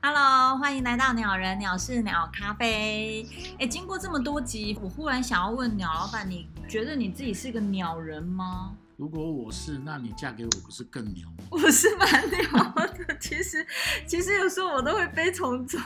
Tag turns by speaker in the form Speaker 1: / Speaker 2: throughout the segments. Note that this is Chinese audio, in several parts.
Speaker 1: Hello，欢迎来到鸟人鸟事鸟咖啡。哎，经过这么多集，我忽然想要问鸟老板，你觉得你自己是个鸟人吗？
Speaker 2: 如果我是，那你嫁给我不是更牛吗？
Speaker 1: 我是蛮鸟的， 其实其实有时候我都会悲从中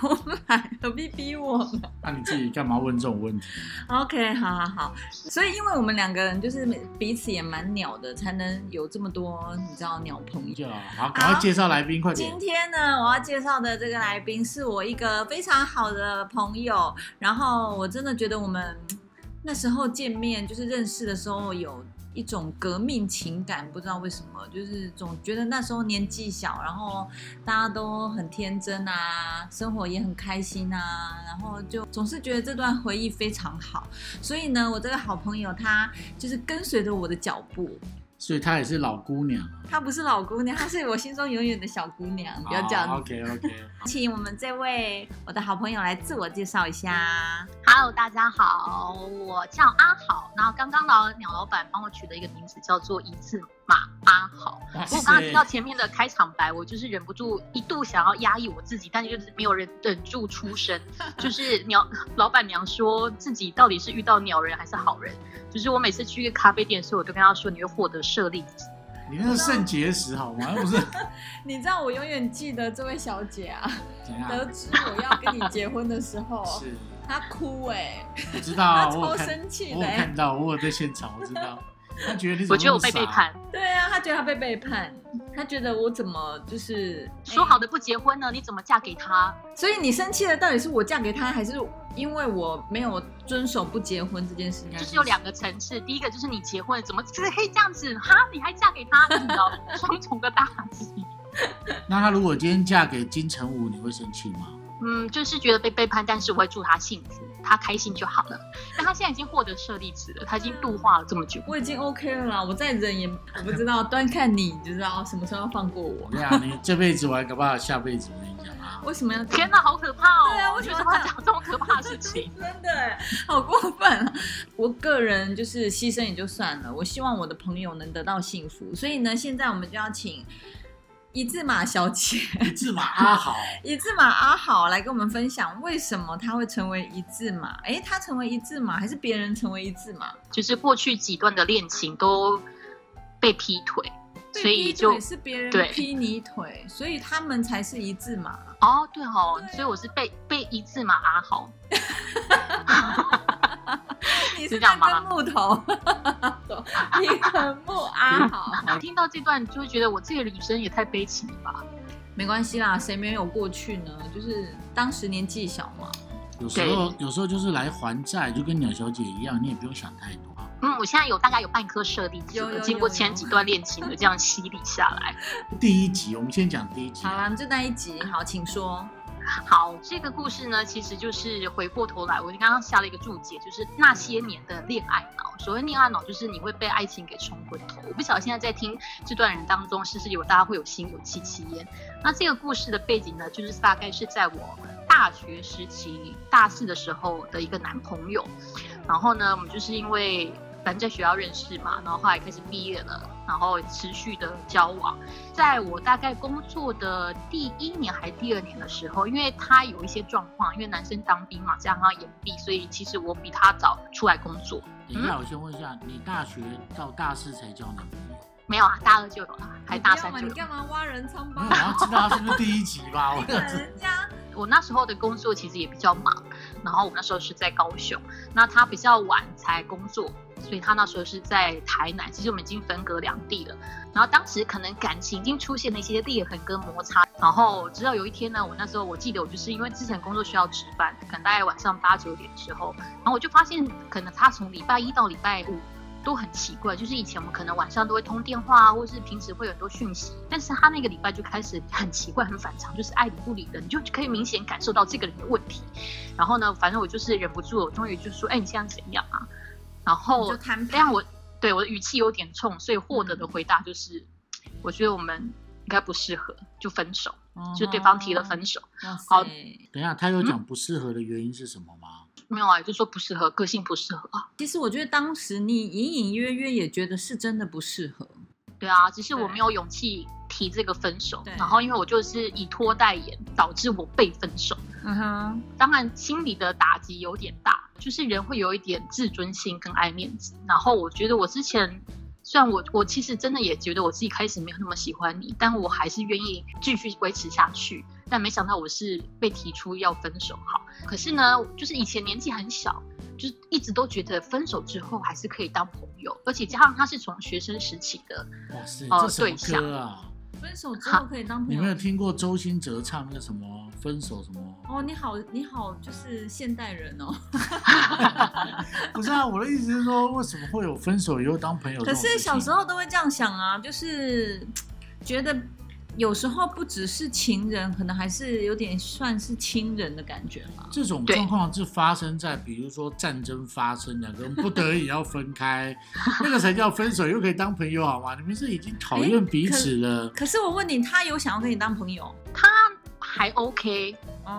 Speaker 1: 来，何必逼我呢
Speaker 2: 那你自己干嘛问这种问题？
Speaker 1: ？OK，好好好。所以因为我们两个人就是彼此也蛮鸟的，才能有这么多你知道鸟朋友。
Speaker 2: 就好，赶快介绍来宾，快点
Speaker 1: 今。天呢，我要介绍的这个来宾是我一个非常好的朋友，然后我真的觉得我们嗯那时候见面就是认识的时候有一种革命情感，不知道为什么，就是总觉得那时候年纪小，然后大家都很天真啊，生活也很开心啊，然后就总是觉得这段回忆非常好，所以呢，我这个好朋友她就是跟随着我的脚步，
Speaker 2: 所以她也是老姑娘，啊
Speaker 1: 她不是老姑娘，她是我心中永远的小姑娘，不要这样子。
Speaker 2: OK OK，
Speaker 1: 请我们这位我的好朋友来自我介绍一下。
Speaker 3: Hello，大家好，我叫阿好。然后刚刚老鸟老板帮我取的一个名字叫做一字马阿好。
Speaker 2: 哇
Speaker 3: 我刚刚听到前面的开场白，我就是忍不住一度想要压抑我自己，但是就是没有人忍住出 声。就是鸟老板娘说自己到底是遇到鸟人还是好人。就是我每次去一个咖啡店的时候，我都跟她说你会获得舍利子。
Speaker 2: 你那是肾结石好吗？又不是
Speaker 1: 你知道我永远记得这位小姐啊，
Speaker 2: 怎
Speaker 1: 得
Speaker 2: 样？
Speaker 1: 知我要跟你结婚的时 候，
Speaker 2: 是，
Speaker 1: 她哭哎、
Speaker 2: 我知
Speaker 1: 她
Speaker 2: 道，我
Speaker 1: 超
Speaker 2: 有看，
Speaker 1: 生气
Speaker 2: 我
Speaker 1: 的、
Speaker 2: 有
Speaker 1: 欸。
Speaker 2: 看到，我有在现场，我知道。她觉得你怎么
Speaker 3: 我觉得
Speaker 2: 那么
Speaker 3: 我被背
Speaker 2: 傻
Speaker 3: 叛，，
Speaker 1: 对啊，她觉得她被背叛，她觉得我怎么就是
Speaker 3: 说好、的不结婚呢？你怎么嫁给他？
Speaker 1: 哎所以你生气的到底是我嫁给他，还是因为我没有遵守不结婚这件事情？
Speaker 3: 就是有两个层次，第一个就是你结婚了怎么可以这样子哈？你还嫁给他，你知道 双重的打击。
Speaker 2: 那她如果今天嫁给金城武，你会生气吗？
Speaker 3: 嗯，就是觉得被背叛，但是我会祝他幸福，他开心就好了。但他现在已经获得舍利子了，他已经度化了这么久。
Speaker 1: 我已经 OK 了啦，我再忍也我不知道， 端看你就知道什么时候要放过我。
Speaker 2: 对啊，你这辈子玩，搞不好下辈子我跟你讲啊，
Speaker 1: 为什么要
Speaker 3: 天哪，好可怕哦！
Speaker 1: 对啊为
Speaker 3: 我
Speaker 1: 什
Speaker 3: 觉
Speaker 1: 么
Speaker 3: 得
Speaker 1: 要？
Speaker 3: 他讲这种可怕的事情
Speaker 1: 真的耶，好过分啊！我个人就是牺牲也就算了，我希望我的朋友能得到幸福，所以呢，现在我们就要请一字马小姐、
Speaker 2: 一字马阿好，
Speaker 1: 一字马阿好来跟我们分享为什么她会成为一字马？诶，她成为一字马，还是别人成为一字马？
Speaker 3: 就是过去几段的恋情都被劈腿，所以就
Speaker 1: 被劈腿是别人
Speaker 3: 对
Speaker 1: 劈你腿，所以他们才是一字马。
Speaker 3: 哦，对哦，所以我是被被一字马阿豪。
Speaker 1: 你
Speaker 3: 是
Speaker 1: 是
Speaker 3: 这样
Speaker 1: 在
Speaker 3: 吗
Speaker 1: 跟木头， 你很木阿好。
Speaker 3: 听到这段就会觉得我这个女生也太悲情了吧？
Speaker 1: 没关系啦，谁没有过去呢？就是当时年纪小嘛。
Speaker 2: 有时候有时候就是来还债，就跟鸟小姐一样，你也不用想太多。啊
Speaker 3: 嗯，我现在有大概有半颗舍利子
Speaker 1: 有有
Speaker 3: 了，
Speaker 1: 有
Speaker 3: 经过前几段恋情的这样洗礼下来。
Speaker 2: 第一集，我们先讲第一集。
Speaker 1: 好啊啦，就那一集，好，请说。
Speaker 3: 好，这个故事呢，其实就是回过头来，我刚刚下了一个注解，就是那些年的恋爱脑。所谓恋爱脑，就是你会被爱情给冲昏头。我不晓得现在在听这段人当中，是不是有大家会有心有戚戚焉？那这个故事的背景呢，就是大概是在我大学时期大四的时候的一个男朋友。然后呢，我们就是因为反正在学校认识嘛，然后后来开始毕业了，然后持续的交往。在我大概工作的第一年还第二年的时候，因为他有一些状况，因为男生当兵嘛，加上他延毕，所以其实我比他早出来工作。
Speaker 2: 等一
Speaker 1: 嗯
Speaker 2: 下，我先问一下，你大学到大四才交男朋友？
Speaker 3: 没有啊，大二就有了，还大三
Speaker 1: 你不要嘛
Speaker 3: 就
Speaker 1: 你干嘛
Speaker 3: 有。
Speaker 1: 挖人疮
Speaker 2: 没
Speaker 1: 疤
Speaker 2: 有，我？要知道他啊是不是第一集吧？ 我
Speaker 1: 你
Speaker 2: 要
Speaker 3: 嗯
Speaker 1: 管
Speaker 2: 知道
Speaker 1: 人 家
Speaker 3: 我那时候的工作其实也比较忙，然后我那时候是在高雄，那他比较晚才工作，所以他那时候是在台南。其实我们已经分隔两地了，然后当时可能感情已经出现了一些裂痕跟摩擦。然后直到有一天呢，我那时候我记得我就是因为之前工作需要值班，可能大概晚上八九点的时候，然后我就发现可能他从礼拜一到礼拜五都很奇怪，就是以前我们可能晚上都会通电话啊，或是平时会有很多讯息，但是他那个礼拜就开始很奇怪、很反常，就是爱理不理的，你就可以明显感受到这个人的问题。然后呢，反正我就是忍不住，我终于就说：“哎、你现在怎样啊？”然
Speaker 1: 你
Speaker 3: 后
Speaker 1: 就摊牌
Speaker 3: 但我对我的语气有点冲，所以获
Speaker 1: 嗯
Speaker 3: 得的回答就是：“我觉得我们应该不适合，就分手。”就对方提了分手，
Speaker 1: 哦哇塞
Speaker 3: 好
Speaker 2: 等一下，他有
Speaker 1: 嗯
Speaker 2: 讲不适合的原因是什么吗？
Speaker 3: 没有啊，就说不适合，个性不适合啊。
Speaker 1: 其实我觉得当时你隐隐约约也觉得是真的不适合，
Speaker 3: 对啊，只是我
Speaker 1: 对
Speaker 3: 没有勇气提这个分手
Speaker 1: 对，
Speaker 3: 然后因为我就是以拖代言，导致我被分手。
Speaker 1: 嗯哼，
Speaker 3: 当然，心里的打击有点大，就是人会有一点自尊心跟爱面子。然后我觉得我之前，虽然我我其实真的也觉得我自己开始没有那么喜欢你，但我还是愿意继续维持下去。但没想到我是被提出要分手，好，可是呢，就是以前年纪很小，就是一直都觉得分手之后还是可以当朋友，而且加上他是从学生时期的，
Speaker 2: 哇塞，
Speaker 3: 哦
Speaker 2: 这什么
Speaker 3: 对象
Speaker 2: 歌啊？
Speaker 1: 分手之后可以当朋
Speaker 2: 你
Speaker 1: 友。
Speaker 2: 没有听过周兴哲唱那个什么分手什么？
Speaker 1: 哦，你好，你好，就是现代人哦。
Speaker 2: 不是啊，我的意思是说，为什么会有分手以后当朋友？
Speaker 1: 可是小时候，都会这样想啊，就是觉得有时候不只是情人，可能还是有点算是亲人的感觉吧。
Speaker 2: 这种
Speaker 3: 对
Speaker 2: 状况是发生在比如说战争发生，两个人不得已要分开，那个才叫分手，又可以当朋友好吗？你们是已经讨厌彼此 了。
Speaker 1: 可是我问你，他有想要跟你当朋友？
Speaker 3: 他还 OK，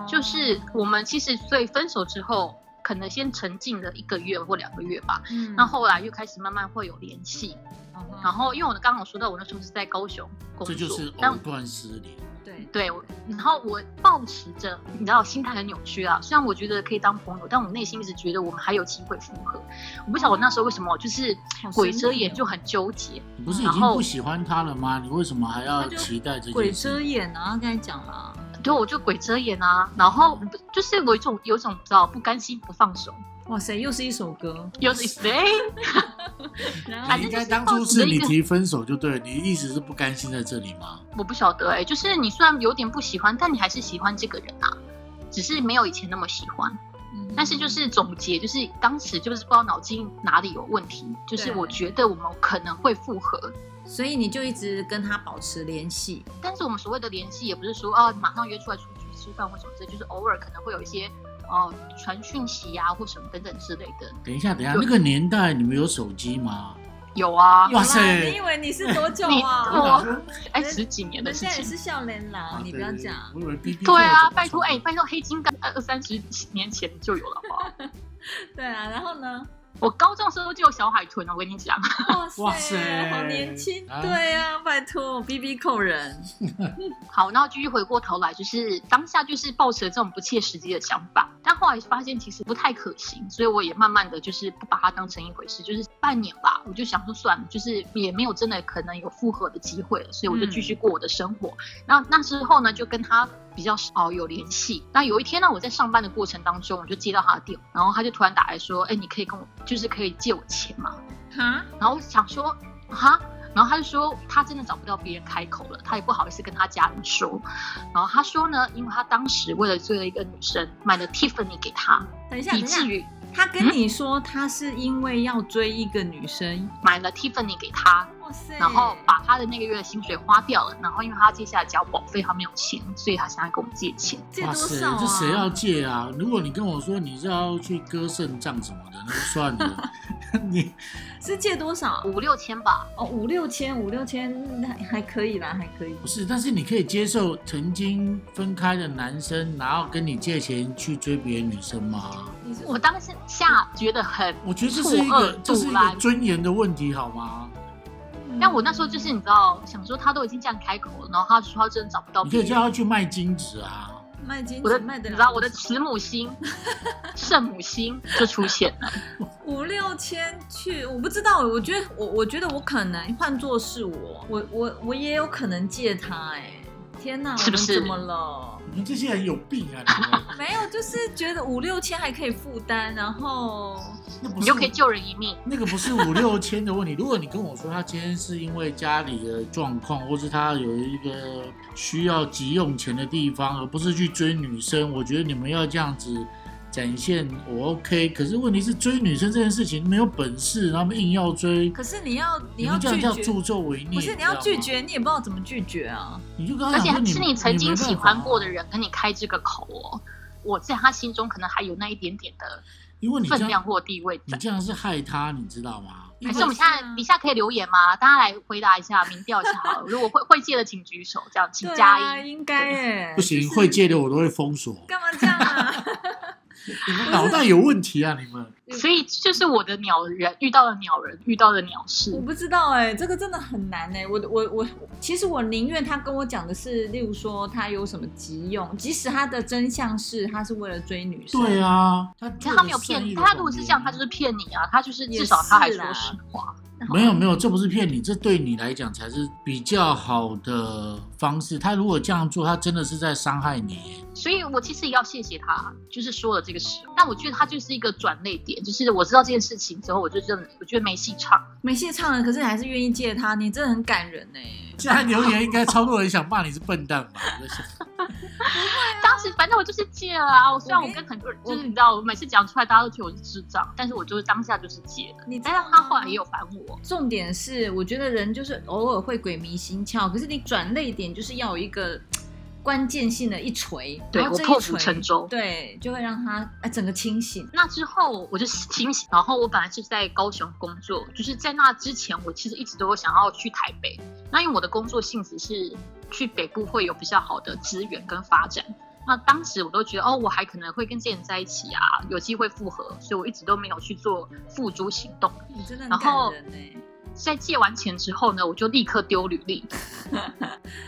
Speaker 3: 就是我们其实所以分手之后，可能先沉浸了一个月或两个月吧，
Speaker 1: 嗯，
Speaker 3: 那后来又开始慢慢会有联系。
Speaker 1: 嗯哼
Speaker 3: 然后因为我刚刚有说到，我那时候是在高雄工
Speaker 2: 这
Speaker 3: 作，
Speaker 2: 就是
Speaker 3: 但
Speaker 2: 藕断丝连，
Speaker 1: 对，
Speaker 3: 对，我然后我抱持着你知道心态很扭曲啊，虽然我觉得可以当朋友，但我内心一直觉得我们还有机会复合。我不晓得我那时候为什么就是
Speaker 1: 好
Speaker 3: 鬼
Speaker 1: 神
Speaker 3: 遮
Speaker 1: 秘
Speaker 3: 眼
Speaker 1: 哦
Speaker 3: 就很纠结，
Speaker 2: 你不是已
Speaker 3: 然
Speaker 2: 经
Speaker 3: 后
Speaker 2: 不喜欢他了吗？你为什么还要
Speaker 1: 那就
Speaker 2: 期待这
Speaker 1: 鬼
Speaker 2: 件
Speaker 1: 遮
Speaker 2: 事？
Speaker 1: 眼啊，刚才讲了啊。
Speaker 3: 对，我就鬼遮眼啊，然后就是有一种有一种你知道不甘心不放手，
Speaker 1: 哇塞，又是一首歌。
Speaker 3: 有谁？
Speaker 1: 然
Speaker 3: 反
Speaker 2: 你应
Speaker 3: 正就
Speaker 2: 该
Speaker 3: 是
Speaker 2: 当
Speaker 3: 抱
Speaker 2: 初
Speaker 3: 持着
Speaker 2: 是
Speaker 3: 一
Speaker 2: 你
Speaker 3: 个
Speaker 2: 提分手就对了，你一直是不甘心在这里吗？
Speaker 3: 我不晓得哎、就是你虽然有点不喜欢，但你还是喜欢这个人啊，只是没有以前那么喜欢。
Speaker 1: 嗯
Speaker 3: 但是就是总结，就是当时就是不知道脑筋哪里有问题，就是
Speaker 1: 对
Speaker 3: 我觉得我们可能会复合，
Speaker 1: 嗯所以你就一直跟他保持联系。
Speaker 3: 但是我们所谓的联系也不是说啊马上约出来出去吃饭或什么之类，就是偶尔可能会有一些哦、传讯息啊或什么等等之类的。
Speaker 2: 等一下，等一下，
Speaker 3: 有
Speaker 2: 那个年代你们有手机吗？
Speaker 3: 有啊，
Speaker 2: 哇
Speaker 1: 好啦
Speaker 2: 塞
Speaker 1: 你以为你是多久
Speaker 3: 你
Speaker 1: 啊？
Speaker 3: 我
Speaker 2: 说
Speaker 3: 哎
Speaker 1: 人
Speaker 3: 十几年的
Speaker 1: 人
Speaker 3: 事
Speaker 1: 家也
Speaker 3: 情。
Speaker 1: 是笑脸啦，啊你不要讲。
Speaker 2: 我以为 B B
Speaker 3: 对啊，拜托哎、拜托黑金刚二三十年前就有了，好不好？
Speaker 1: 对啊，然后呢？
Speaker 3: 我高中的时候就有小海豚了，我跟你讲。
Speaker 1: 哇塞，
Speaker 2: 哇塞
Speaker 1: 好年轻。
Speaker 2: 啊
Speaker 1: 对啊，拜托，B B 扣人。
Speaker 3: 好，然后继续回过头来，就是当下就是抱持了这种不切实际的想法，但后来发现其实不太可行，所以我也慢慢的就是不把它当成一回事，就是半年吧，我就想说算了，就是也没有真的可能有复合的机会了，所以我就继续过我的生活。那那之后呢，就跟他比较少哦有联系。那有一天呢，我在上班的过程当中，我就接到他的电话，然后他就突然打来说，哎，你可以跟我，就是可以借我钱吗？
Speaker 1: 哈，
Speaker 3: 然后我想说，哈，然后他就说他真的找不到别人开口了，他也不好意思跟他家人说。然后他说呢，因为他当时为了追了一个女生，买了 Tiffany 给他，
Speaker 1: 等一下，等
Speaker 3: 以
Speaker 1: 一
Speaker 3: 至
Speaker 1: 下，
Speaker 3: 于
Speaker 1: 他跟你说他是因为要追一个女生。
Speaker 3: 买了 Tiffany 给他，
Speaker 1: 哇塞。
Speaker 3: 然后把他的那个月的薪水花掉了。然后因为他接下来交保费，他没有钱，所以他想要跟我借钱。
Speaker 1: 借
Speaker 2: 哇
Speaker 1: 多
Speaker 2: 塞，
Speaker 1: 少啊？
Speaker 2: 这谁要借啊？如果你跟我说你是要去割肾脏什么的，那就算 了。你
Speaker 1: 是借多少？
Speaker 3: 五六千吧，
Speaker 1: 哦，五六千，五六千还 还可以啦，还可以。
Speaker 2: 不是，但是你可以接受曾经分开的男生，然后跟你借钱去追别的女生吗？
Speaker 1: 你是
Speaker 3: 我当时下觉得很
Speaker 2: 我觉得这是一
Speaker 3: 错
Speaker 2: 个
Speaker 3: 愕
Speaker 2: 这是一个
Speaker 3: 杜兰
Speaker 2: 尊严的问题，好吗？
Speaker 1: 嗯
Speaker 3: 但我那时候就是你知道，想说他都已经这样开口了，然后他说他真的找不到
Speaker 2: 你可以
Speaker 3: 别
Speaker 2: 叫
Speaker 3: 人。
Speaker 2: 他去卖金子啊。
Speaker 1: 卖金
Speaker 3: 我
Speaker 1: 子
Speaker 3: 的，
Speaker 1: 卖
Speaker 3: 你
Speaker 1: 得了
Speaker 3: 知道我的
Speaker 1: 多少
Speaker 3: 慈母心、圣母心就出现了。
Speaker 1: 五六千去，我不知道，我觉得我我觉得我可能换作是我，我我我也有可能借他哎、天哪，
Speaker 3: 是不是
Speaker 1: 我们怎么了？
Speaker 2: 你们这些人有病啊！你们
Speaker 1: 没有，就是觉得五六千还可以负担，然后
Speaker 2: 那不
Speaker 3: 你
Speaker 2: 是
Speaker 3: 就可以救人一命。
Speaker 2: 那个不是五六千的问题。如 果你跟我说他今天是因为家里的状况，或是他有一个需要急用钱的地方，而不是去追女生，我觉得你们要这样子展现我 OK，可是问题是追女生这件事情没有本事，然后他们硬要追，
Speaker 1: 可是你要你
Speaker 2: 你
Speaker 1: 要
Speaker 2: 们这
Speaker 1: 拒
Speaker 2: 样叫
Speaker 1: 绝，
Speaker 2: 助纣为虐，
Speaker 1: 不是你
Speaker 2: 知
Speaker 1: 要
Speaker 2: 道
Speaker 1: 拒
Speaker 2: 吗，
Speaker 1: 绝，你也不知道怎么拒绝啊。
Speaker 2: 你就跟他
Speaker 3: 而
Speaker 2: 讲
Speaker 3: 且
Speaker 2: 说你
Speaker 3: 是你曾经喜欢过的，
Speaker 2: 没办法
Speaker 3: 人跟你开这个口哦，我在他心中可能还有那一点点的
Speaker 2: 因为你这
Speaker 3: 分量哎
Speaker 2: 样
Speaker 3: 或地位
Speaker 2: 你
Speaker 3: 在。
Speaker 2: 这样是害他，你知道吗？
Speaker 3: 还
Speaker 1: 因
Speaker 3: 是
Speaker 1: 为
Speaker 3: 我们现
Speaker 2: 啊
Speaker 3: 在底下可以留言吗？大家来回答一下，民调一下好 了。如果会会借的请举手，这样请
Speaker 1: 对啊，
Speaker 3: 加一。
Speaker 1: 应该哎，
Speaker 2: 不
Speaker 1: 就
Speaker 2: 行，
Speaker 1: 是
Speaker 2: 会借的我都会封锁。
Speaker 1: 干嘛这样啊？
Speaker 2: 你们脑袋有问题啊！你们
Speaker 3: 所以就是我的鸟人遇到了鸟人，遇到了鸟
Speaker 1: 我
Speaker 3: 事。
Speaker 1: 不知道哎、这个真的很难哎、我我我，其实我宁愿他跟我讲的是，例如说他有什么急用，即使他的真相是他是为了追女生，
Speaker 2: 对啊，他
Speaker 3: 可是他没有骗你，他如果是这样，他就是骗你啊！他就是
Speaker 1: 也
Speaker 3: 至少他还
Speaker 1: 是啦
Speaker 3: 说实话。
Speaker 2: 没有没有，这不是骗你，这对你来讲才是比较好的方式。他如果这样做，他真的是在伤害你。
Speaker 3: 所以我其实也要谢谢他，就是说了这个事。但我觉得他就是一个转泪点，就是我知道这件事情之后，我就真的我觉得没戏唱。
Speaker 1: 没戏唱了，可是你还是愿意借他，你真的很感人哎、
Speaker 2: 现在留言应该超多人想骂你是笨蛋 吧？我在想，
Speaker 3: 当时反正我就是戒了啊！我虽然
Speaker 1: 我
Speaker 3: 我
Speaker 1: 跟
Speaker 3: 跟很多人，
Speaker 1: 我
Speaker 3: 就是你知道，我每次讲出来，大家都觉得我是智障，但是我就是当下就是戒了。
Speaker 1: 你知
Speaker 3: 但
Speaker 1: 道
Speaker 3: 是
Speaker 1: 吗
Speaker 3: 他后来也有烦我，
Speaker 1: 重点是，我觉得人就是偶尔会鬼迷心窍，可是你转泪点就是要有一个关键性的一锤，
Speaker 3: 对
Speaker 1: 然后
Speaker 3: 我
Speaker 1: 这
Speaker 3: 破
Speaker 1: 一
Speaker 3: 釜
Speaker 1: 锤
Speaker 3: 沉舟。
Speaker 1: 对，就会让他哎整个清醒。
Speaker 3: 那之后我就清醒，然后我本来是在高雄工作，就是在那之前，我其实一直都有想要去台北。那因为我的工作性质是去北部会有比较好的资源跟发展。那当时我都觉得哦，我还可能会跟这人在一起啊，有机会复合，所以我一直都没有去做付诸行动。
Speaker 1: 你真的很
Speaker 3: 然后
Speaker 1: 感人哎、
Speaker 3: 在借完钱之后呢，我就立刻丢履历，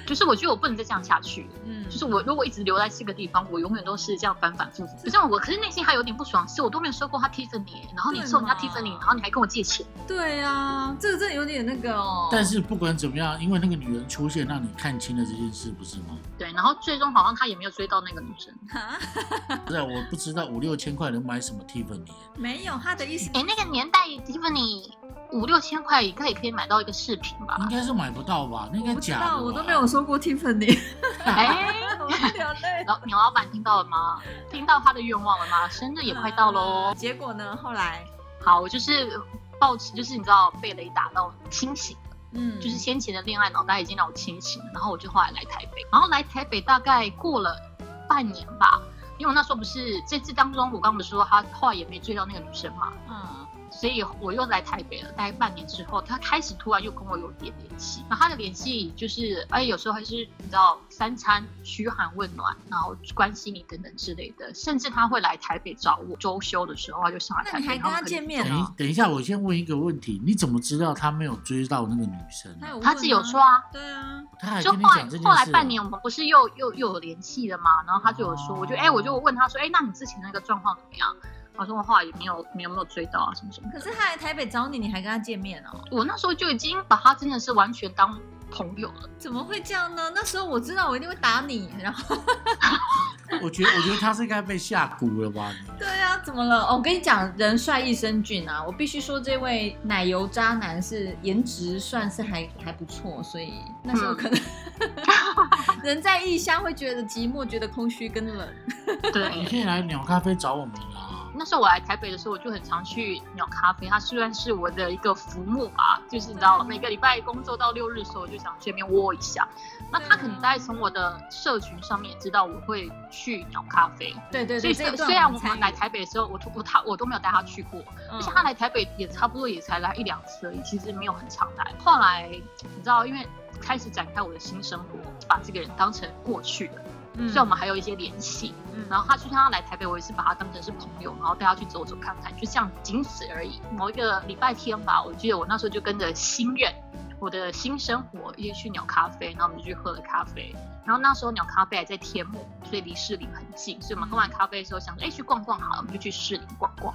Speaker 3: 就是我觉得我不能再这样下去了。
Speaker 1: 嗯，
Speaker 3: 就是我如果一直留在这个地方，我永远都是这样反反复复。可是我，可是内心还有点不爽，是我都没有收过他 Tiffany，然后你收人家
Speaker 1: 对嘛
Speaker 3: Tiffany，然后你还跟我借钱，
Speaker 1: 对啊，这个真的有点那个哦。
Speaker 2: 但是不管怎么样，因为那个女人出现，让你看清了这件事，不是吗？
Speaker 3: 对，然后最终好像他也没有追到那个女生。
Speaker 1: 哈
Speaker 2: 不然我不知道五六千块能买什么 Tiffany。
Speaker 1: 没有他的意思。
Speaker 3: 哎，那个年代 Tiffany 五六千块应该也可以买到一个饰品吧
Speaker 2: 应？该是买不到吧？那应该
Speaker 1: 我不知
Speaker 2: 假的哦吧
Speaker 1: 道，我都没有啊说过 Tiffany， 嗯
Speaker 3: 哎，
Speaker 1: 我流泪。
Speaker 3: 老牛老板听到了吗？听到他的愿望了吗？生日也快到喽。
Speaker 1: 啊结果呢？后来，
Speaker 3: 好，我就是抱持，就是你知道被雷打到清醒。
Speaker 1: 嗯，
Speaker 3: 就是先前的恋爱脑袋已经让我清醒了，然后我就后来来台北，然后来台北大概过了半年吧，因为我那时候不是这次当中，我刚不是说他后来也没追到那个女生嘛，
Speaker 1: 嗯，
Speaker 3: 所以我又来台北了，大概半年之后，他开始突然又跟我有点联系，然后他的联系就是，哎，有时候还是你知道三餐嘘寒问暖，然后关心你等等之类的，甚至他会来台北找我，周休的时候他就上来
Speaker 1: 那
Speaker 3: 台
Speaker 1: 你
Speaker 3: 北，
Speaker 1: 还跟
Speaker 3: 然
Speaker 1: 他
Speaker 3: 后
Speaker 1: 见面哦
Speaker 2: 等一
Speaker 1: 了？
Speaker 2: 等一下，我先问一个问题：你怎么知道他没有追到那个女生？
Speaker 1: 他有
Speaker 3: 他
Speaker 1: 问
Speaker 3: 自己有
Speaker 1: 吗
Speaker 3: 说啊，
Speaker 1: 对啊，
Speaker 2: 他还
Speaker 3: 就
Speaker 2: 跟你
Speaker 3: 后来
Speaker 2: 讲这件事、啊
Speaker 3: 后来半年，我们不是又又又有联系了嘛？然后他就有说，我就哎、我就问他说，哎、那你之前那个状况怎么样？他说我后来也没有没有没有追到啊，什么什么
Speaker 1: 可
Speaker 3: 的。
Speaker 1: 是他来台北找你，你还跟他见面哦？
Speaker 3: 我那时候就已经把他真的是完全当朋友了，
Speaker 1: 怎么会这样呢？那时候我知道我一定会打你，然后
Speaker 2: 我觉得我觉得他是应该被吓唬了吧？你
Speaker 1: 对啊，怎么了？哦，我跟你讲，人帅益生菌啊！我必须说，这位奶油渣男是颜值算是还还不错，所以那时候可能、
Speaker 3: 嗯
Speaker 1: 人在异乡会觉得寂寞，觉得空虚跟冷。
Speaker 2: 你
Speaker 3: 对。
Speaker 2: 可以来鸟咖啡找我们啊！
Speaker 3: 那时候我来台北的时候，我就很常去鸟咖啡，它虽然是我的一个浮木吧，就是你知
Speaker 2: 嗯
Speaker 3: 道，每个礼拜工作到六日的时候，我就想去那边窝一下。那他
Speaker 2: 嗯
Speaker 3: 可能大概从我的社群上面也知道我会去鸟咖啡，
Speaker 1: 对对
Speaker 3: 所以
Speaker 1: 对，这
Speaker 3: 虽
Speaker 1: 一段
Speaker 3: 虽然我
Speaker 1: 我嗯
Speaker 3: 们来台北的时候，我都我他我都没有带他去过，而且他来台北也差不多也才来一两次而已，其实没有很常来。后来你知道，因为开始展开我的新生活，把这个人当成过去的，
Speaker 1: 嗯
Speaker 3: 虽然我们还有一些联系。
Speaker 1: 嗯
Speaker 3: 然后他就像他来台北，我也是把他当成是朋友，然后带他去走走看看，就这样仅此而已。某一个礼拜天吧，我记得我那时候就跟着新任，我的新生活一起去鸟咖啡，然后我们就去喝了咖啡。然后那时候鸟咖啡还在天幕，所以离士林很近，所以我们喝完咖啡的时候想说，哎，去逛逛好了，我们就去士林逛逛。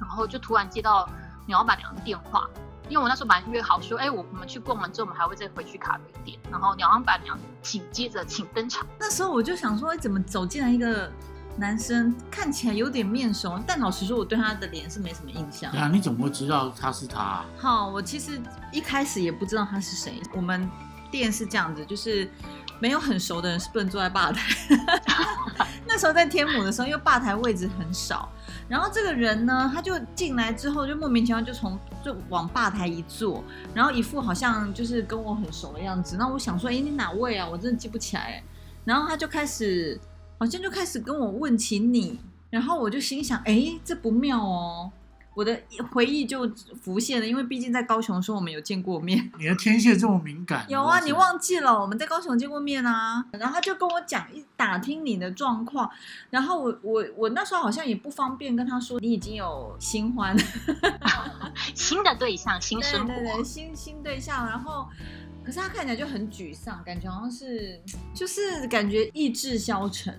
Speaker 3: 然后就突然接到鸟老板娘的电话，因为我那时候本来约好说，哎，我我们去逛完之后，我们还会再回去咖啡店。然后鸟老板娘紧接着请登场，
Speaker 1: 那时候我就想说，哎怎么走进来一个男生，看起来有点面熟，但老实说，我对他的脸是没什么印象。
Speaker 2: 啊，你怎么会知道他是他、啊
Speaker 1: 好，我其实一开始也不知道他是谁。我们 店是这样子，就是没有很熟的人是不能坐在吧台。那时候在天母的时候，因为吧台位置很少，然后这个人呢，他就进来之后就莫名其妙就从就往吧台一坐，然后一副好像就是跟我很熟的样子。那我想说，哎，你哪位啊？我真的记不起来欸。然后他就开始好像就开始跟我问起你，然后我就心想，哎，这不妙哦。我的回忆就浮现了，因为毕竟在高雄的时候我们有见过面，
Speaker 2: 你的天蝎这么敏感，哦
Speaker 1: 有
Speaker 2: 哇
Speaker 1: 啊，
Speaker 2: 塞
Speaker 1: 你忘记了？我们在高雄见过面啊，然后他就跟我讲一打听你的状况，然后我我我那时候好像也不方便跟他说你已经有新欢，
Speaker 3: 新的对象，新
Speaker 1: 对
Speaker 3: 生活
Speaker 1: 对，对，新新对象，然后可是他看起来就很沮丧，感觉好像是就是感觉意志消沉，
Speaker 2: 哦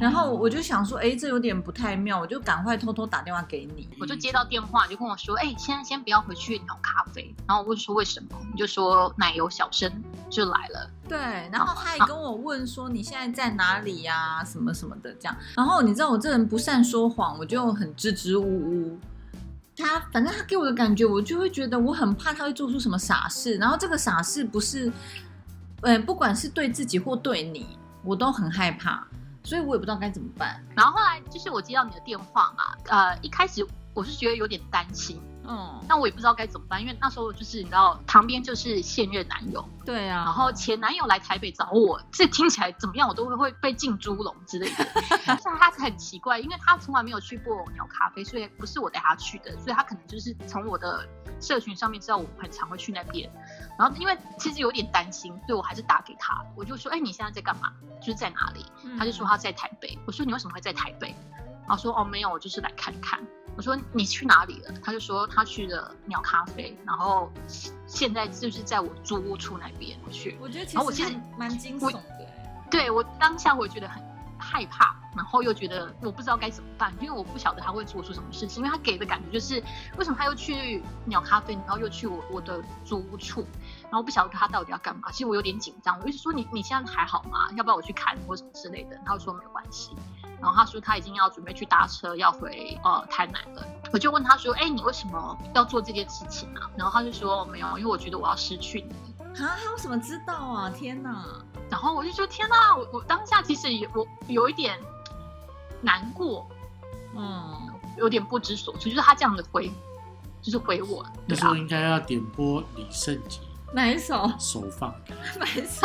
Speaker 1: 然后我就想说，哎，这有点不太妙，我就赶快偷偷打电话给你，
Speaker 3: 我就接到电话，就跟我说：“哎、先先不要回去弄咖啡。”然后我问说为什么，你就说奶油小生就来了。
Speaker 1: 对，然后他也跟我问说你现在在哪里呀、什么什么的这样。然后你知道我这人不善说谎，我就很支支吾吾。他反正他给我的感觉，我就会觉得我很怕他会做出什么傻事。然后这个傻事不是，呃，不管是对自己或对你，我都很害怕，所以我也不知道该怎么办。
Speaker 3: 然后后来就是我接到你的电话嘛，呃，一开始我是觉得有点担心，
Speaker 1: 嗯，
Speaker 3: 但我也不知道该怎么办，因为那时候就是你知道旁边就是现任男友，
Speaker 1: 对啊，
Speaker 3: 然后前男友来台北找我，这听起来怎么样？我都会会被进猪笼之类的。像他很奇怪，因为他从来没有去过鸟咖啡，所以不是我带他去的，所以他可能就是从我的社群上面知道我很常会去那边。然后因为其实有点担心，所以我还是打给他，我就说：“哎、你现在在干嘛？就是在哪里？”
Speaker 1: 嗯
Speaker 3: 他就说他在台北。我说你为什么会在台北？他说哦没有，我就是来看看。我说你去哪里了？他就说他去了鸟咖啡，然后现在就是在我租屋处那边去。
Speaker 1: 我觉得
Speaker 3: 然后我其
Speaker 1: 其
Speaker 3: 实
Speaker 1: 实蛮蛮惊悚
Speaker 3: 我
Speaker 1: 的欸、
Speaker 3: 对我当下我觉得很害怕，然后又觉得我不知道该怎么办，因为我不晓得他会做出什么事情。因为他给的感觉就是为什么他又去鸟咖啡，然后又去我我的租屋处，然后不晓得他到底要干嘛。其实我有点紧张，我就说你你现在还好吗？要不要我去看你或什么之类的？他就说没有关系。然后他说他已经要准备去搭车要回呃台南了，我就问他说，哎、你为什么要做这件事情啊？然后他就说没有，因为我觉得我要失去你。
Speaker 1: 啊，他有什么知道啊？天哪！
Speaker 3: 然后我就说天哪，我我当下其实有我有一点难过，
Speaker 1: 嗯，
Speaker 3: 有点不知所措，就是他这样的回，就是回我，
Speaker 2: 那
Speaker 3: 对
Speaker 2: 时
Speaker 3: 啊
Speaker 2: 候，应该要点播李圣杰
Speaker 1: 哪一 首？
Speaker 2: 手放，
Speaker 1: 哪一首？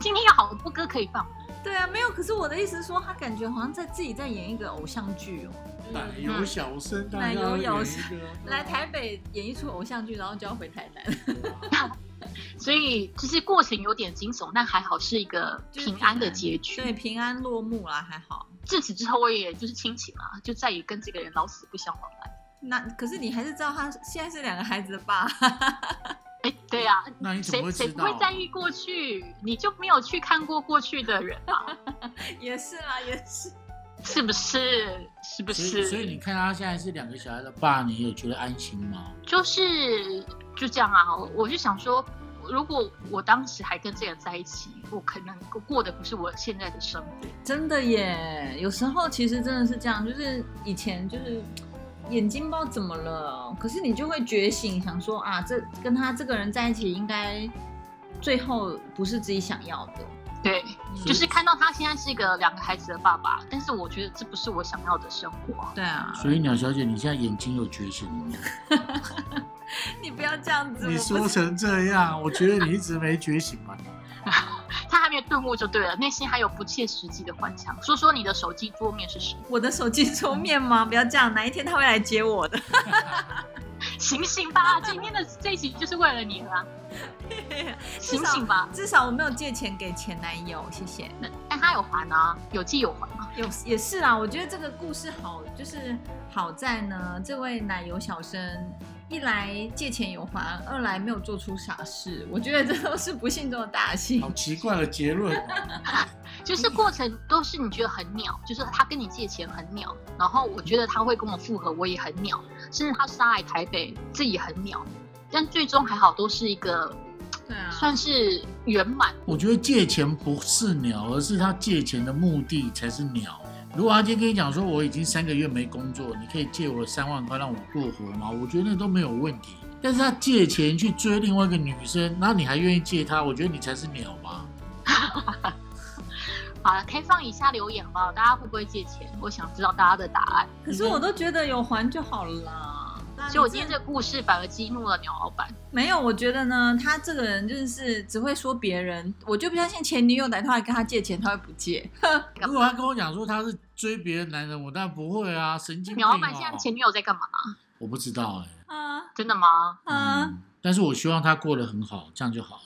Speaker 3: 今天有好多歌可以放，
Speaker 1: 对啊，没有。可是我的意思是说，他感觉好像在自己在演一个偶像剧哦，
Speaker 2: 奶油小生，大家
Speaker 1: 奶
Speaker 2: 要
Speaker 1: 油小
Speaker 2: 演
Speaker 1: 生
Speaker 2: 一个
Speaker 1: 来台北演一出偶像剧，然后就要回台南，
Speaker 3: 所以就是过程有点惊悚，但还好是一个
Speaker 1: 就是
Speaker 3: 平安的结局。
Speaker 1: 对，平安落幕啦，还好。
Speaker 3: 自此之后我也就是亲情嘛，就再也跟这个人老死不相往来。
Speaker 1: 那可是你还是知道他现在是两个孩子的 爸，
Speaker 3: 哎，对呀、啊，
Speaker 2: 那你怎么
Speaker 3: 谁
Speaker 2: 会
Speaker 3: 谁
Speaker 2: 知
Speaker 3: 不
Speaker 2: 道
Speaker 3: 会？在意过去？你就没有去看过过去的人啊，
Speaker 1: 也是啦，也是。
Speaker 3: 是不是？是不
Speaker 2: 所以
Speaker 3: 是？
Speaker 2: 所以你看他现在是两个小孩的爸，你有觉得安心吗？
Speaker 3: 就是就这样啊，我我就想说，如果我当时还跟这个人在一起，我可能过的不是我现在的生活。
Speaker 1: 真的耶，有时候其实真的是这样，就是以前就是眼睛不知道怎么了，可是你就会觉醒，想说啊，这跟他这个人在一起，应该最后不是自己想要的。
Speaker 3: 对，
Speaker 1: 嗯
Speaker 3: 就是看到他现在是一个两个孩子的爸爸，但是我觉得这不是我想要的生活啊。
Speaker 1: 对啊，
Speaker 2: 所以鸟小姐，你现在眼睛有觉醒了吗？
Speaker 1: 你不要这样子，
Speaker 2: 你
Speaker 1: 我不
Speaker 2: 说成这样，我觉得你一直没觉醒吧？
Speaker 3: 他还没有顿悟就对了，内心还有不切实际的幻想。说说你的手机桌面是什么？
Speaker 1: 我的手机桌面吗？ 不要这样，哪一天他会来接我的？
Speaker 3: 醒醒吧，今天的这一集就是为了你了啊，
Speaker 1: 至
Speaker 3: 醒
Speaker 1: 少
Speaker 3: 醒吧！
Speaker 1: 至少我没有借钱给前男友，谢谢。
Speaker 3: 但他有还啊，有借有还啊。
Speaker 1: 有也是啦，我觉得这个故事好，就是好在呢，这位奶油小生一来借钱有还，二来没有做出傻事，我觉得这都是不幸中的大幸
Speaker 2: 好。奇怪的结论哦。
Speaker 3: 就是过程都是你觉得很鸟，就是他跟你借钱很鸟，然后我觉得他会跟我复合，我也很鸟，甚至他杀来台北，这也很鸟，但最终还好都是一个
Speaker 1: 对啊
Speaker 3: 算是圆满。
Speaker 2: 我觉得借钱不是鸟，而是他借钱的目的才是鸟。如果他今天跟你讲说我已经三个月没工作，你可以借我三万块让我过活吗？我觉得那都没有问题。但是他借钱去追另外一个女生，那你还愿意借他？我觉得你才是鸟吧。
Speaker 3: 好了，开放一下留言吧，大家会不会借钱？我想知道大家的答案。
Speaker 1: 可是我都觉得有还就好了啦。那
Speaker 3: 所以我
Speaker 1: 你
Speaker 3: 今天
Speaker 1: 这
Speaker 3: 这个故事反而激怒了鸟老板。
Speaker 1: 没有，我觉得呢，他这个人真的是只会说别人，我就不相信前女友打电话跟他借钱，他会不借。
Speaker 2: 如果他跟我讲说他是追别的男人，我当然不会啊，神经病、
Speaker 3: 鸟
Speaker 2: 哦！
Speaker 3: 老板现在前女友在干嘛？
Speaker 2: 我不知道哎、
Speaker 1: 啊
Speaker 3: 真的吗？
Speaker 1: 啊！
Speaker 2: 嗯，但是我希望他过得很好，这样就好。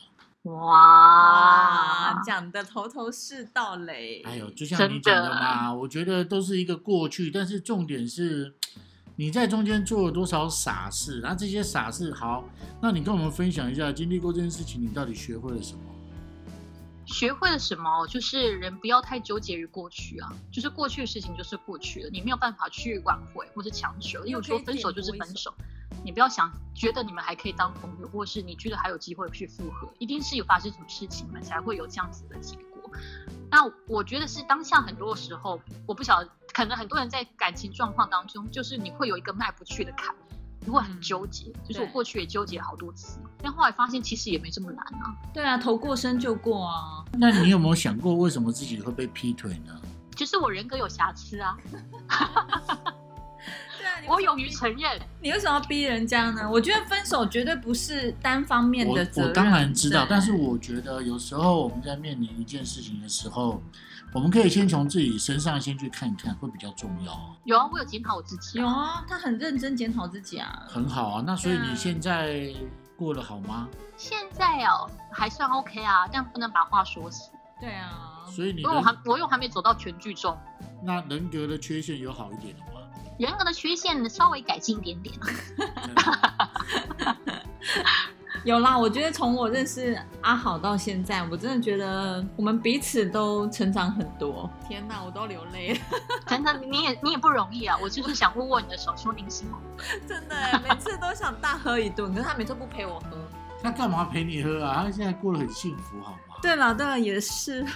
Speaker 3: 哇
Speaker 1: 啊，，讲的头头是道嘞。
Speaker 2: 哎呦，就像你讲的
Speaker 1: 啊
Speaker 2: 嘛，我觉得都是一个过去，但是重点是你在中间做了多少傻事，那这些傻事好，那你跟我们分享一下，经历过这件事情，你到底学会了什么？
Speaker 3: 学会了什么？就是人不要太纠结于过去啊，就是过去的事情就是过去了，你没有办法去挽回或是强求。因为我说分手就是分手，你不要想觉得你们还可以当朋友，或是你觉得还有机会去复合，一定是有发生什么事情了才会有这样子的结果。那我觉得是当下很多时候，我不晓得，可能很多人在感情状况当中，就是你会有一个迈不去的坎，你会很
Speaker 1: 嗯
Speaker 3: 纠结。就是我
Speaker 1: 对
Speaker 3: 过去也纠结好多次，但后来发现其实也没这么难啊。
Speaker 1: 对啊，头过身就过啊。
Speaker 2: 那你有没有想过为什么自己会被劈腿呢？
Speaker 3: 就是我人格有瑕疵啊，
Speaker 1: 对啊，
Speaker 3: 我勇于承认，
Speaker 1: 你为什么要逼人家呢？我觉得分手绝对不是单方面
Speaker 2: 我
Speaker 1: 的责任。
Speaker 2: 我当然知道，
Speaker 1: 对啊
Speaker 2: 但是我觉得有时候我们在面临一件事情的时候，我们可以先从自己身上先去看一看，会比较重要啊。
Speaker 3: 有啊，我有检讨我自己、
Speaker 1: 有
Speaker 3: 啊，
Speaker 1: 啊，他很认真检讨自己啊。
Speaker 2: 很好啊，那所以
Speaker 1: 对啊
Speaker 2: 你现在过得好吗？
Speaker 1: 嗯
Speaker 3: 现在哦还算 OK 啊，但不能把话说死，
Speaker 1: 对啊，
Speaker 2: 所以你
Speaker 3: 因为我
Speaker 2: 的
Speaker 3: 还我又还没走到全剧终，
Speaker 2: 那人格的缺陷有好一点的吗？
Speaker 3: 人格的缺陷呢稍微改进一点 点，
Speaker 1: 有啦。我觉得从我认识阿好到现在，我真的觉得我们彼此都成长很多。天哪，我都流泪 了，
Speaker 3: 真的你也你也不容易啊，我就是想握握你的手，说您什么？
Speaker 1: 真的耶，每次都想大喝一顿，可是他每次不陪我喝。
Speaker 2: 他干嘛陪你喝啊？他现在过得很幸福，好吗？
Speaker 1: 对了，对了，也是。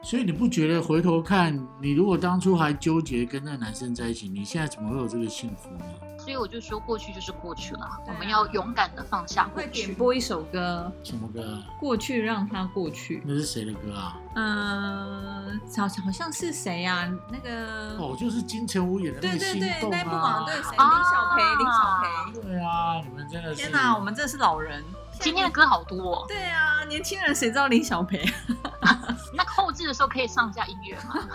Speaker 2: 所以你不觉得回头看，你如果当初还纠结跟那个男生在一起，你现在怎么会有这个幸福呢？
Speaker 3: 所以我就说过去就是过去了，
Speaker 1: 对
Speaker 3: 我
Speaker 1: 啊
Speaker 3: 们要勇敢的放下过
Speaker 1: 快点
Speaker 3: 去。
Speaker 1: 播一首歌，
Speaker 2: 什么歌啊？
Speaker 1: 《过去让它过去》。
Speaker 2: 那是谁的歌啊？
Speaker 1: 嗯，好好像是谁呀、那个
Speaker 2: 哦，就是金城武演的那
Speaker 1: 对
Speaker 2: 个
Speaker 1: 嗯对
Speaker 2: 心动啊。
Speaker 1: 对，那一部嘛，对，谁？林
Speaker 3: 啊
Speaker 1: 小培，林小培。
Speaker 2: 对啊，你们真的是。
Speaker 1: 天哪，我们真的是老人。
Speaker 3: 今天的歌好多、哦，
Speaker 1: 对啊，年轻人谁知道林小 培？
Speaker 3: 那后置的时候可以上一下音乐吗？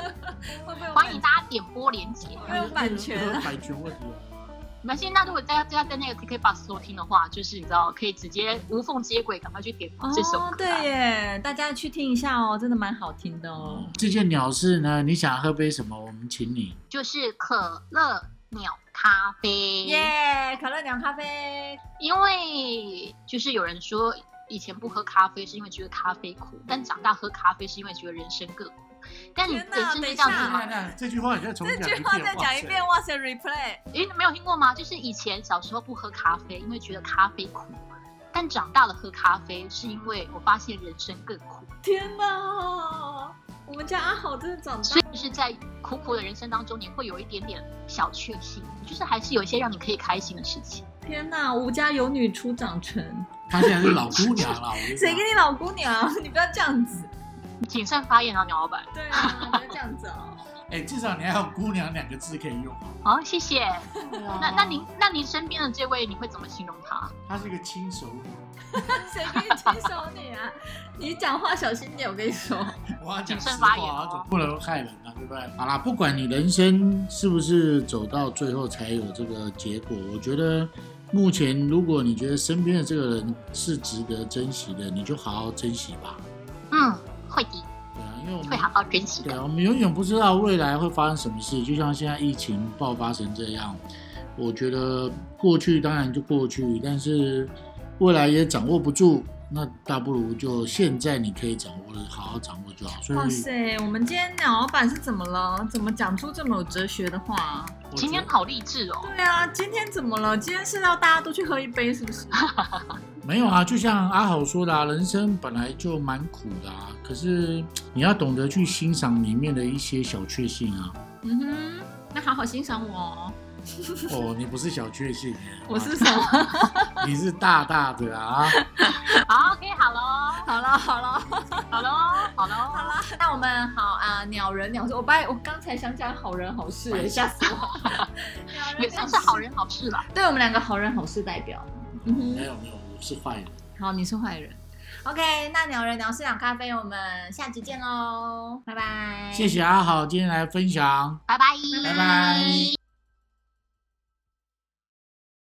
Speaker 1: 会不会有
Speaker 3: 欢迎大家点播连接。
Speaker 1: 会有版权啊
Speaker 2: 会有版权问题啊。
Speaker 3: 没关系，那如果大家大家在那个 KK Bus 收听的话，就是你知道可以直接无缝接轨，赶快去点这首歌、啊
Speaker 1: 哦，对，耶，大家去听一下哦，真的蛮好听的
Speaker 2: 哦。
Speaker 1: 哦
Speaker 2: 这件鸟事呢，你想喝杯什么，我们请你。
Speaker 3: 就是可乐鸟咖啡。
Speaker 1: 耶、可乐鸟咖啡，
Speaker 3: 因为就是有人说以前不喝咖啡是因为觉得咖啡苦，但长大喝咖啡是因为觉得人生更苦。但你
Speaker 1: 天
Speaker 3: 人
Speaker 1: 哪
Speaker 3: 生就
Speaker 1: 等一
Speaker 3: 这
Speaker 1: 下
Speaker 3: 样子吗？
Speaker 2: 这句话你再重
Speaker 1: 这句话再讲一遍，哇塞，replay。
Speaker 3: 诶，你没有听过吗？就是以前小时候不喝咖啡，因为觉得咖啡苦。但长大了喝咖啡，是因为我发现人生更苦，
Speaker 1: 天哪，我们家阿好真的长大
Speaker 3: 所以就是在苦苦的人生当中，你会有一点点小确幸，就是还是有一些让你可以开心的事情。
Speaker 1: 天哪，吾家有女初长成，
Speaker 2: 她现在是老姑娘了，我跟你
Speaker 1: 谁
Speaker 2: 讲
Speaker 1: 跟你老姑娘？ 你不要这样子。
Speaker 3: 谨慎发言啊，鸟老板。
Speaker 1: 对啊， 你不要这样子哦。
Speaker 2: 哎、至少你还有“姑娘”两个字可以用。啊
Speaker 3: 好、谢谢。
Speaker 1: 哦啊
Speaker 3: 那那您那您身边的这位，你会怎么形容他？
Speaker 2: 她是一个亲手女，
Speaker 1: 谁跟你亲手你啊？ 你讲话小心点，我跟你说。
Speaker 2: 我要讲实
Speaker 3: 谨慎
Speaker 2: 话
Speaker 3: 发言
Speaker 2: 啊，
Speaker 3: 哦
Speaker 2: 总不能害人啊，对不对？好啦，不管你人生是不是走到最后才有这个结果，我觉得目前如果你觉得身边的这个人是值得珍惜的，你就好好珍惜吧。
Speaker 3: 嗯，会的，
Speaker 2: 对啊，因为我
Speaker 3: 会
Speaker 2: 们
Speaker 3: 好好珍惜
Speaker 2: 对
Speaker 3: 的。
Speaker 2: 啊，我们永远不知道未来会发生什么事，就像现在疫情爆发成这样，我觉得过去当然就过去，但是未来也掌握不住，那大不如就现在你可以掌握的好好掌握就好。所以
Speaker 1: 哇塞，我们今天鸟老板是怎么了？怎么讲出这么有哲学的话？
Speaker 2: 我觉
Speaker 3: 今天
Speaker 2: 得
Speaker 3: 好励志哦，
Speaker 1: 对啊，今天怎么了？今天是要大家都去喝一杯，是不 是？
Speaker 2: 没有啊，就像阿豪说的、啊，人生本来就蛮苦的啊，可是你要懂 得去欣赏里面的一些小确幸啊。
Speaker 1: 嗯哼，那好好欣赏我哦。
Speaker 2: 哦，你不是小确幸，啊
Speaker 1: 我是 什么？
Speaker 2: 你是大大的 啊！
Speaker 3: 好，OK，好喽，
Speaker 1: 好了好了
Speaker 3: 好喽，好喽，
Speaker 1: 好了，那我们好啊、鸟人鸟事，我把我刚才想讲好人好 事，吓死我！鸟人
Speaker 3: 也算是好，人好事啦。
Speaker 1: 对我们两个好人好事代表。嗯哼
Speaker 2: 没有没有，我是坏人。
Speaker 1: 好，你是坏人。OK，那鸟人聊饲养咖啡，我们下集见喽，拜拜，
Speaker 2: 谢谢阿好今天来分享，
Speaker 3: 拜拜，
Speaker 2: 拜拜。